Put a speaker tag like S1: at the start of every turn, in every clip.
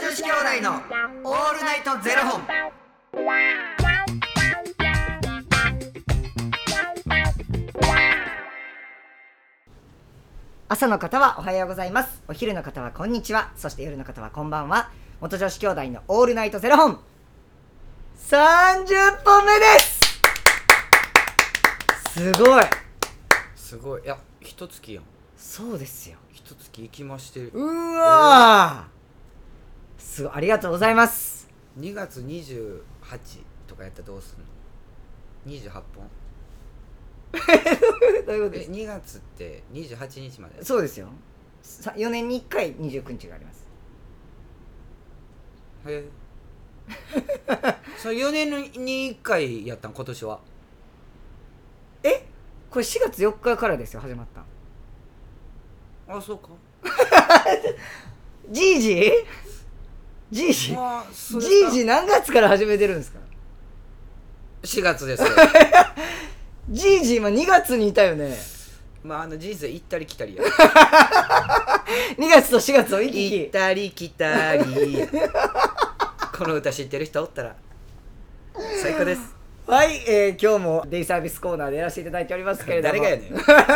S1: 子兄弟のオールナイトゼロ本。朝の方はおはようございます。お昼の方はこんにちは。そして夜の方はこんばんは。元女子兄弟のオールナイトゼロ本。三十本目です。すごい。
S2: すごいいや一月やん
S1: そうですよ。
S2: 一月行きましてる
S1: うわー。すごいありがとうございます。
S2: 2月28とかやったらどうすんの28本
S1: どういうことです
S2: え2月って28日までや
S1: そうですよさ4年に1回29日があります
S2: へえ その4年に1回やったん今年は
S1: これ4月4日からですよ始まった
S2: あそうか
S1: じい じじいじじ
S2: まあそれか
S1: いじ何月から始めてるんですか
S2: 4月です
S1: じいじ今2月にいたよね
S2: まああの人生行ったり来たりや
S1: 2月と4月を行き
S2: 行っ
S1: 来
S2: たり来たりやこの歌知ってる人おったら最高です
S1: はい、えー今日もデイサービスコーナーでやらせていただいておりますけれども
S2: 誰がや ねん誰が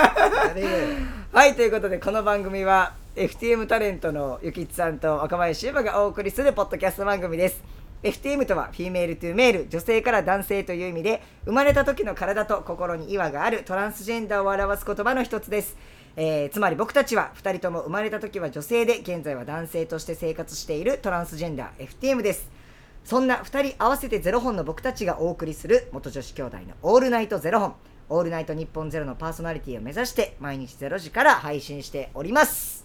S2: やねん
S1: はいということでこの番組は FTM タレントのゆきつさんと若林優馬がお送りするポッドキャスト番組です FTM とはフィメールトゥーメール女性から男性という意味で生まれた時の体と心に違和があるトランスジェンダーを表す言葉の一つです、えーつまり僕たちは2人とも生まれた時は女性で現在は男性として生活しているトランスジェンダー FTM ですそんな2人合わせてゼロ本の僕たちがお送りする元女子兄弟のオールナイトゼロ本オールナイト日本ゼロのパーソナリティを目指して毎日ゼロ時から配信しております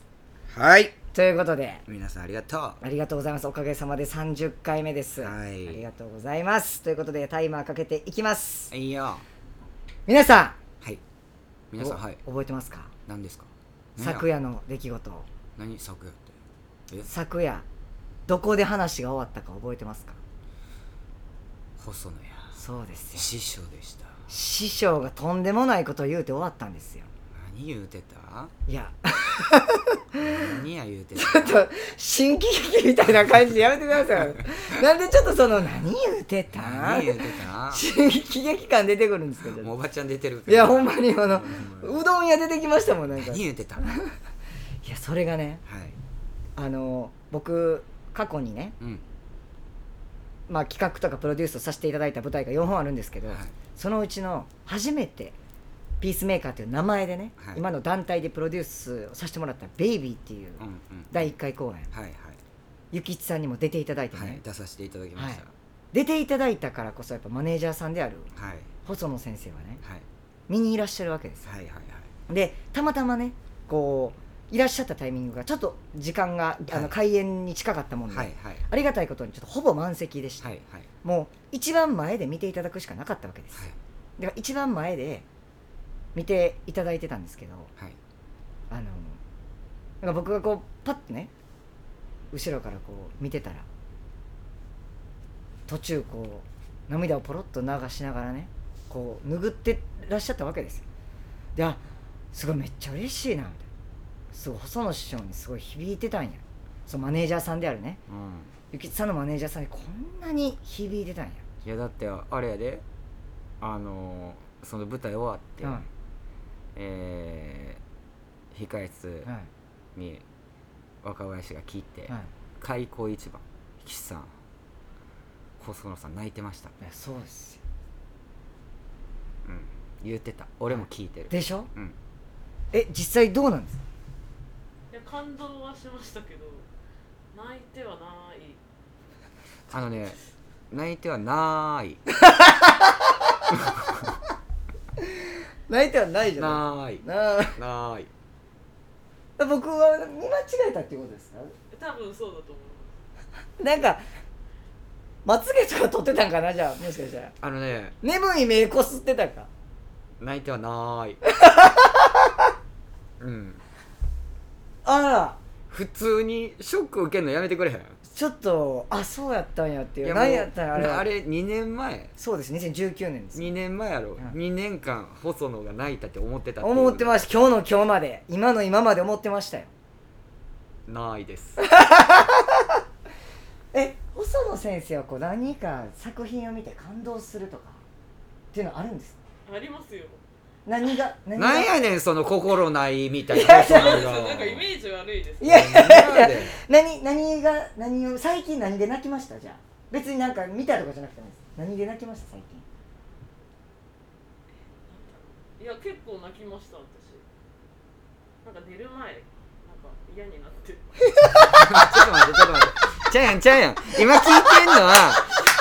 S2: はい
S1: ということで
S2: 皆さんありがとう
S1: ありがとうございますおかげさまで30回目です、
S2: はい
S1: ありがとうございますということでタイマーかけていきます
S2: いいよ
S1: 皆さ
S2: はい
S1: ん
S2: 皆さん
S1: お
S2: はい
S1: 覚えてますか
S2: 何ですか
S1: 昨
S2: 夜
S1: 夜の出来事
S2: 何昨夜ってえ
S1: 昨夜どこで話が終わったか覚えてますか
S2: 細野や
S1: そうですよ
S2: 師匠でした
S1: 師匠がとんでもないことを言うて終わったんですよ
S2: 何言うて た
S1: いや
S2: 何や言うてた
S1: ちょっと新喜劇みたいな感じでやめてくださいよなんでちょっとその何言うてた
S2: 何言うてた
S1: 新喜劇感出てくるんですけど
S2: もうおばちゃん出てるけ
S1: い
S2: ど
S1: やほんまにあのうどん屋出てきましたもんなんか
S2: 何
S1: い
S2: 言う てたはい
S1: やそれがねあの僕過去にね、
S2: うん
S1: まあ、企画とかプロデュースをさせていただいた舞台が4本あるんですけど、
S2: はい
S1: そのうちの初めてピースメーカーという名前でね、
S2: はい
S1: 今の団体でプロデュースをさせてもらった「ベイビーっていう
S2: うんうん
S1: 第1回公演
S2: はいはい
S1: ゆきちさんにも出ていただいてね、
S2: はい出させていただきました
S1: 出ていただいたからこそやっぱマネージャーさんである
S2: はい
S1: 細野先生はね
S2: はい
S1: 見にいらっしゃるわけですよ
S2: はいはいはい
S1: でたまたまねこういらっしゃったタイミングがちょっと時間が、あ
S2: は
S1: の
S2: い
S1: 開演に近かったもんで、
S2: はいはい
S1: ありがたいことにちょっとほぼ満席でした、
S2: はいはい
S1: もう一番前で見ていただくしかなかったわけです、だから一番前で見ていただいてたんですけど
S2: はい
S1: あのなんか僕がこうパッとね後ろからこう見てたら途中こう涙をポロッと流しながらねこう拭ってらっしゃったわけですよであすごいめっちゃ嬉しいなみたいなすごい細野師匠にすごい響いてたんやそのマネージャーさんであるね
S2: うん
S1: ゆきつさんのマネージャーさんにこんなに響いてたんや
S2: いやだってあれやであのーその舞台終わって、
S1: はい
S2: えー控え室
S1: は
S2: に若林が聞いて、
S1: い、はい、
S2: 開口一番岸さん細野さん泣いてました、
S1: いやそうですよ
S2: うん、言ってた俺も聞いてる、
S1: でしょ
S2: うん、
S1: え実際どうなんですか
S3: いや感動はしましたけど泣いてはない
S2: あのね泣いてはなーい
S1: 泣いてはないじ
S2: なーい
S1: いなあ
S2: なーい
S1: 僕は見間違えたっていうことですか
S3: 多分そうだと思い
S1: なんかまつげとか取ってたんかなじゃあもしかしたら
S2: あのね
S1: 眠い目こすってたか
S2: 泣いてはなー いうん
S1: あら
S2: 普通にショック受けるのやめてくれへん
S1: ちょっとあそうやったんやっていう
S2: もう
S1: 何やったんやあれ
S2: あれ2年前
S1: そうです2019年です
S2: 2年前やろ、
S1: ん
S2: 2年間細野が泣いたって思ってた
S1: 思ってま
S2: し
S1: した今日の今日まで 今の今まで思ってましたよ
S2: たないです
S1: 先生はこう何か作品を見て感動するとかっていうのあるんです
S3: ありますよ
S1: 何が何が
S2: なんやねんその心ないみたいな。
S1: いやいや
S2: そんの
S3: なんかイメージ悪いです
S1: いやいや
S2: なんやねん
S1: 何何が何を最近何で泣きましたじゃあ別になんか見たとかじゃなくてもいいです何で泣きました最近
S3: いや結構泣きました私なんか寝る前なんか嫌になって
S2: ちょっと待って、ちょっと待って。ちゃうやん、ちゃうやん。今聞いてんのは、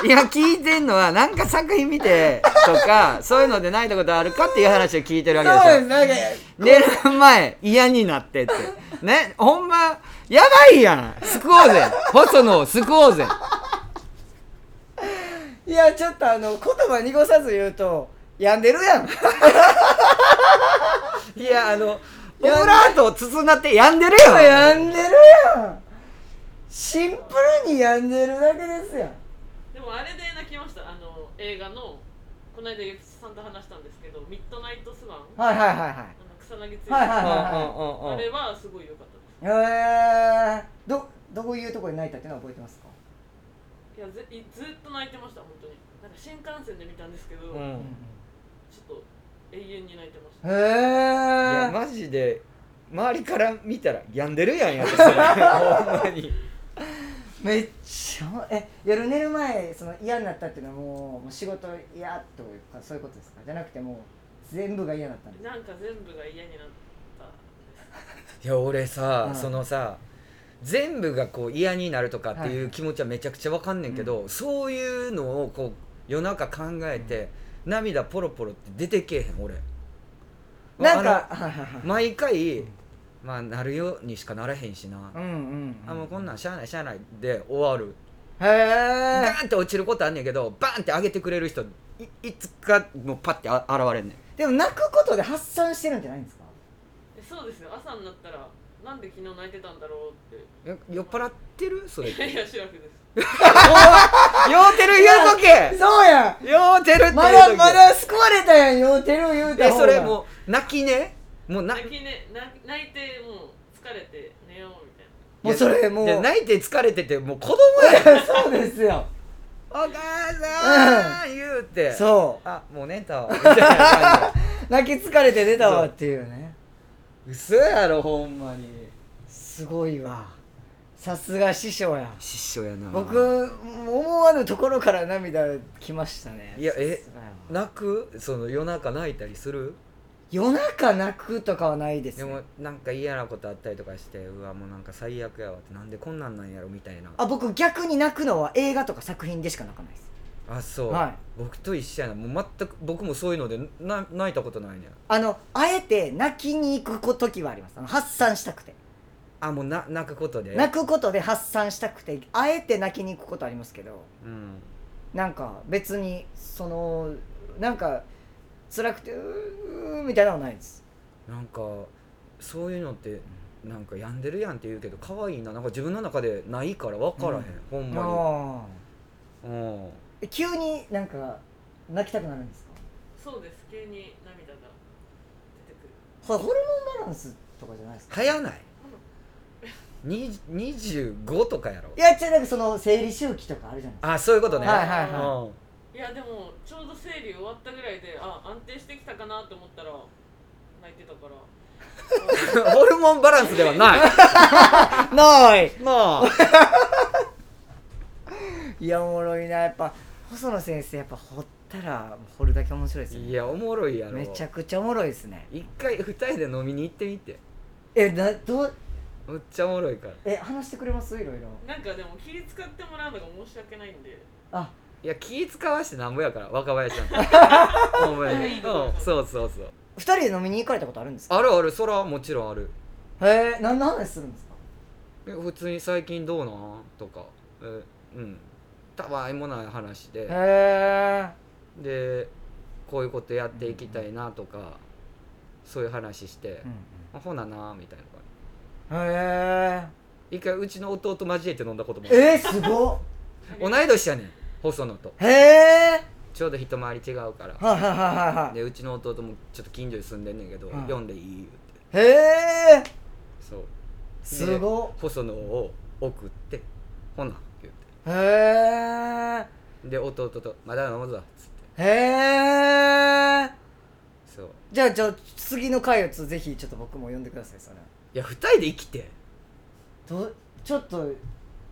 S2: 今聞いてんのは、なんか作品見てと か、そういうので泣いたことあるかっていう話を聞いてるわけ
S1: そうです
S2: でしょ。
S1: なんか
S2: 寝る前、嫌になってって。ね、ほんま、やばいやん。救おうぜ。細野を救おうぜ。
S1: いやちょっとあの言葉濁さず言うと病んでるやん
S2: いや、あの、オブラートを包んだって病んでる よ。
S1: 病んでるやんシンプルに病んでるだけですやん
S3: でもあれで泣きましたあの映画のこの間ゆきさんと話したんですけど「ミッドナイトスワン」あの
S1: はいはいはいはい
S3: 草薙剛
S1: はいはい
S2: うん
S1: はい
S2: うんう
S3: あ
S2: んう
S3: れ
S2: ん。
S3: はすごい良かった
S1: え
S3: で
S1: ー、どどういうところに泣いたっていうのは覚えてますか、
S3: すいやずいずっと泣いてました本当になんか新幹線で見たんですけど、
S2: う
S3: ちょっ
S2: ん
S3: と永遠に泣いてました
S1: へえ
S2: いや
S1: ー、
S2: マジで周りから見たら病んでるやんやっぱそれほん まに
S1: めっちゃえ夜寝る前その嫌になったっていうのはもうもう仕事嫌というかそういうことですかじゃなくてもう全部が嫌だったんです
S3: なんか全部が嫌になった
S2: いや俺さ、
S1: うん
S2: そのさ全部がこう嫌になるとかっていう気持ちはめちゃくちゃわかんねんけど、そういうのをこう夜中考えて、涙ポロポロって出てけえへん俺
S1: なん
S2: あ
S1: か
S2: の
S1: はいはいはい
S2: 毎回、まあなるようにしかならへんしな、
S1: うんうん
S2: あもうこんなんしゃあないしゃあないで終わる
S1: へえ
S2: バーンって落ちることあんねんけどバーンって上げてくれる人いいつかもうパッてあ現れんねん
S1: でも泣くことで発散してるんじゃないんですか
S3: えそうですよ朝になったらなんで昨日泣いてたんだろうって
S2: え酔っ払ってる それっ
S3: いや
S2: て
S3: いやシラフです
S2: 酔うてる言うとけ
S1: そうや
S2: 酔うてるって言うとけ
S1: んまだまだ救われたやん酔うてる言うた
S2: で
S1: 方が
S2: それもう泣きねもうな
S3: 泣きね泣泣いてもう疲れて寝ようみたいな
S1: もうそれもう
S2: で泣いて疲れててもう子供 や
S1: そうですよ
S2: お母さん言うてう
S1: そ
S2: あもう寝たわみたいな感
S1: う
S2: じ
S1: 泣き疲れて出たわっていうね
S2: 嘘やろほんまに
S1: すごいわさすが師匠や
S2: 失笑やな
S1: 僕思わぬところから涙きましたね
S2: いやえ
S1: さすがやわ
S2: 泣くその夜中泣いたりする
S1: 夜中泣くとかはないです、
S2: で
S1: ね
S2: も、なんか嫌なことあったりとかしてうわもうなんか最悪やわってなんでこんなんなんやろみたいな
S1: あ僕逆に泣くのは映画とか作品でしか泣かないです
S2: あそう、
S1: はい
S2: 僕と一緒やなもう全く僕もそういうのでな泣いたことないねん
S1: あのあえて泣きに行く時はありますあの発散したくて
S2: あもうな泣くことで
S1: 泣くことで発散したくてあえて泣きに行くことありますけど
S2: うん
S1: なんか別にそのなんか辛くてうーみたいなのはないです
S2: なんかそういうのってなんか病んでるやんって言うけど可愛いななんか自分の中でないから分からへん、ほんま
S1: あ
S2: に、うん、
S1: ーえ急になんか泣きたくなるんですか
S3: そうです急に涙が出てくる
S1: これホルモンバランスとかじゃないですか
S2: 早ないに25とかやろ
S1: いや違うなんかその生理周期とかあるじゃないで
S2: あそういうことね、
S1: はいはい
S3: はないやでもちょうど生理終わったぐらいであ安定してきたかなと思ったら泣いてたから
S2: うん、 ホルモンバランスではない
S1: すかない
S2: なあ
S1: いやおもろいなやっぱ細野先生やっぱ掘ったら掘るだけ面白いですよね
S2: いやおもろいやろ
S1: めちゃくちゃおもろいですね
S2: 一回二人で飲みに行ってみて
S1: えなどう
S2: むっちゃおもろいから
S1: え話してくれますいろいろ
S3: なんかでも気使ってもらうのが申し訳ない んで
S1: あ
S2: いや気使わしてなんぼやから若林さんほんまに、うん、そうそうそう
S1: 二人で飲みに行かれたことあるんですか
S2: あるあるそらもちろんある
S1: へえ何の話するんですか
S2: え普通に最近どうなんとかえうんたわいもない話で
S1: へ
S2: でこういうことやっていきたいなとかそういう話して
S1: え、
S2: あほななみたいな感
S1: へ
S2: じ一回うちの弟交えて飲んだこともある
S1: ええすごっ
S2: 同い年やねん細野と
S1: へえ
S2: ちょうど一回り違うから
S1: はいはいはいはいは
S2: でうちの弟もちょっと近所に住んでんねんけど、
S1: はい
S2: 読んでいい
S1: い
S2: 言うて
S1: へえ
S2: そう
S1: すご
S2: 細野を送ってほな言うて
S1: っへえ
S2: で弟と「まだ飲むぞ」っつって
S1: へえ
S2: そう
S1: じゃあじゃあ次の回をちょっとぜひちょっと僕も呼んでくださいそれ
S2: いや二人で生きて
S1: どちょっと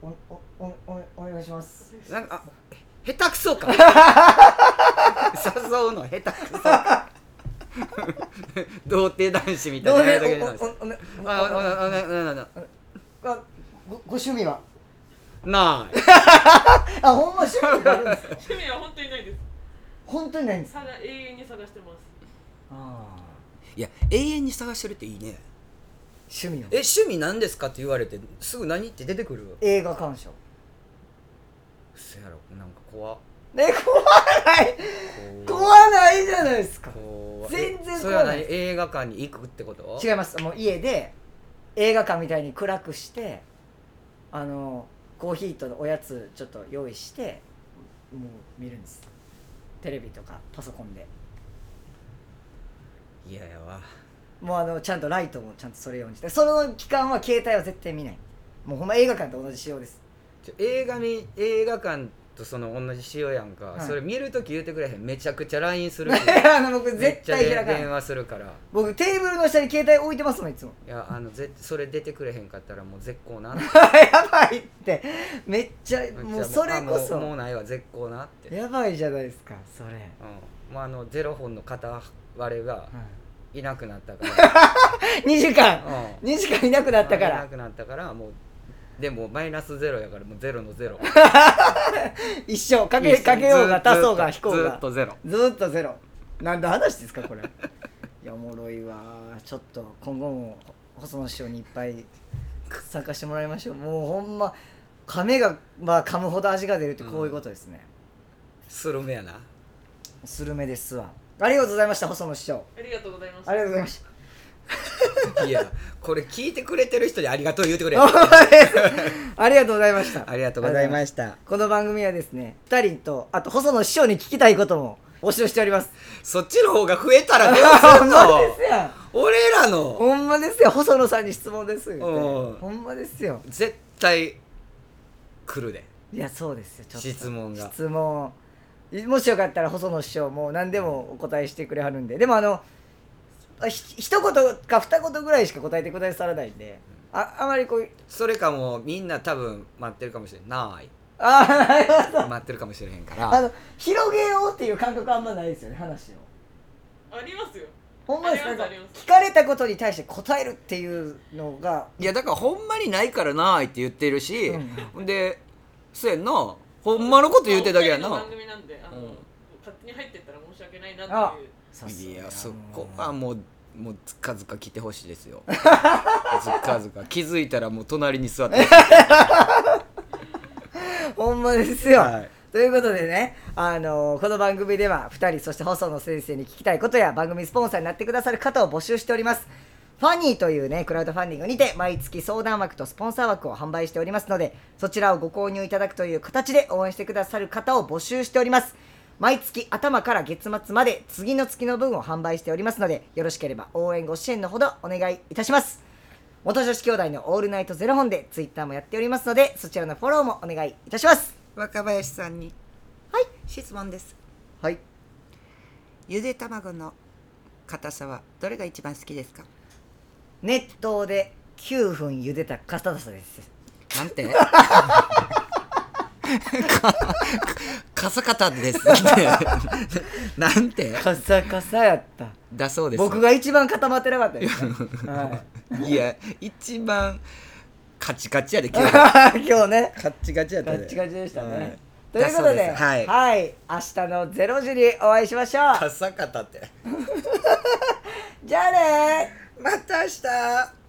S1: おおおおお願いします
S2: なんかあ下手くそか誘うの下手くそか童貞男子みたい
S1: ど
S2: な
S1: う
S2: やり
S1: ね
S2: 方がいるの
S1: おおおお
S2: あおおおお
S1: お
S2: おお
S1: あごご趣味は
S2: な
S1: あほんま趣味があるんですか
S3: 趣味は本当にないです
S1: 本当にないんですか
S3: さが永遠に探してます
S1: ああ
S2: いいや永遠に探してるっていいね
S1: 趣味
S2: え
S1: は
S2: 趣味何ですかって言われてすぐ何って出てくる
S1: 映画鑑賞
S2: そやろなんか怖
S1: ね壊ない
S2: 怖
S1: 壊ないじゃないですか
S2: 怖
S1: 全然
S2: え
S1: 怖い
S2: それは何映画館に行くってこと
S1: 違いますもう家で映画館みたいに暗くしてあのコーヒーとおやつちょっと用意してもう見るんですテレビとかパソコンで
S2: いややわ
S1: もうあのちゃんとライトもちゃんとそれ用にしてその期間は携帯は絶対見ないもうほんま映画館と同じ仕様です
S2: ちょ映画見映画館とその同じ仕様やんか、
S1: はい
S2: それ見るとき言うてくれへんめちゃくちゃ LINE するし
S1: あの僕
S2: めっ
S1: 絶
S2: ちゃ
S1: 対
S2: で
S1: 開か
S2: 電
S1: ない
S2: 話するから
S1: 僕テーブルの下に携帯置いてますもんい つも
S2: いやあのぜそれ出てくれへんかったらもう絶好な
S1: やばいってめっちゃもうそれこ
S2: あもうも
S1: そう
S2: ないわ絶好なって
S1: やばいじゃないですかそれ、
S2: うん、もうあのゼロ本の片割れが
S1: う
S2: いなくなった か
S1: ん、2時間
S2: ら、うん
S1: 2時間いなくなったか
S2: いな
S1: ら
S2: くなったからもうでもマイナスゼロやからもうゼロのゼロ
S1: 一生かけかけようが足そうが引
S2: ずっと
S1: こうが
S2: ずっとゼロ
S1: ずーっとゼロなんで話ですか これいやおもろいわちょっと今後も細野師匠にいっぱい参加してもらいましょうもうほんま噛めがまあ噛むほど味が出るってこういうことですね、
S2: スルメ やな
S1: スルメですわありがとうございました細野師匠
S3: ありがとうございまし
S1: あ
S3: た
S1: りがとうございました
S2: いやこれ聞いてくれてる人にありがとう言うてく れ
S1: ありがとうございました
S2: ありがとうございました
S1: この番組はですね2人とあと細野師匠に聞きたいことも募集しております
S2: そっちの方が増えたらどうす
S1: ほ
S2: ん
S1: ん
S2: の
S1: まですやん
S2: 俺らの
S1: ほんまですよ細野さんに質問ですよ
S2: うん
S1: ほんまですよ
S2: 絶対来るで
S1: いやそうですよちょっと
S2: 質問が
S1: 質問もしよかったら細野師匠も何でもお答えしてくれはるんででもあのあひ一言か二言ぐらいしか答えてくださらないんでああまりこう
S2: それかもうみんな多分待ってるかもしれんない
S1: あ ー
S2: 待ってるかもしれへんから
S1: あの広げようっていう感覚あんまないですよね話を
S3: ありますよ
S1: ほんまです
S3: あり
S1: な
S3: ま
S1: んか
S3: すあります
S1: 聞かれたことに対して答えるっていうのが
S2: いやだからほんまにないからなーいって言ってるし、でそうやんなほんまのこと言うてるだけやな
S3: まあお二人の番組なんであの、
S2: うん
S3: 勝手に入ってったら申し訳ないな
S1: あ
S3: っていう
S1: さすが
S2: い
S1: やな
S2: やそこはもうもうずかずか来てほしいですよずかずか気づいたらもう隣に座って
S1: ほんまですよ、
S2: はい
S1: ということでね、あのーこの番組では2人そして細野先生に聞きたいことや番組スポンサーになってくださる方を募集しておりますファニーというねクラウドファンディングにて毎月相談枠とスポンサー枠を販売しておりますのでそちらをご購入いただくという形で応援してくださる方を募集しております毎月頭から月末まで次の月の分を販売しておりますのでよろしければ応援ご支援のほどお願いいたします元女子兄弟のオールナイトゼロ本でツイッターもやっておりますのでそちらのフォローもお願いいたします
S4: 若林さんに
S1: はい
S4: 質問です
S1: はい
S4: ゆで卵の硬さはどれが一番好きですか
S1: 熱湯で9分茹でた硬さです
S2: なんてカサカタですってなんて
S1: カサカサやった
S2: だそうです
S1: 僕が一番固まってなかったですね、はい
S2: や一番カチカチやで今日
S1: い、 今日ね
S2: カッチカチやった
S1: ガ
S2: で
S1: ッチガチでしたね、
S2: はい
S1: ということで
S2: だそうですはい
S1: 明日の0時にお会いしましょう
S2: カサカタって
S1: じゃあねー
S2: また明日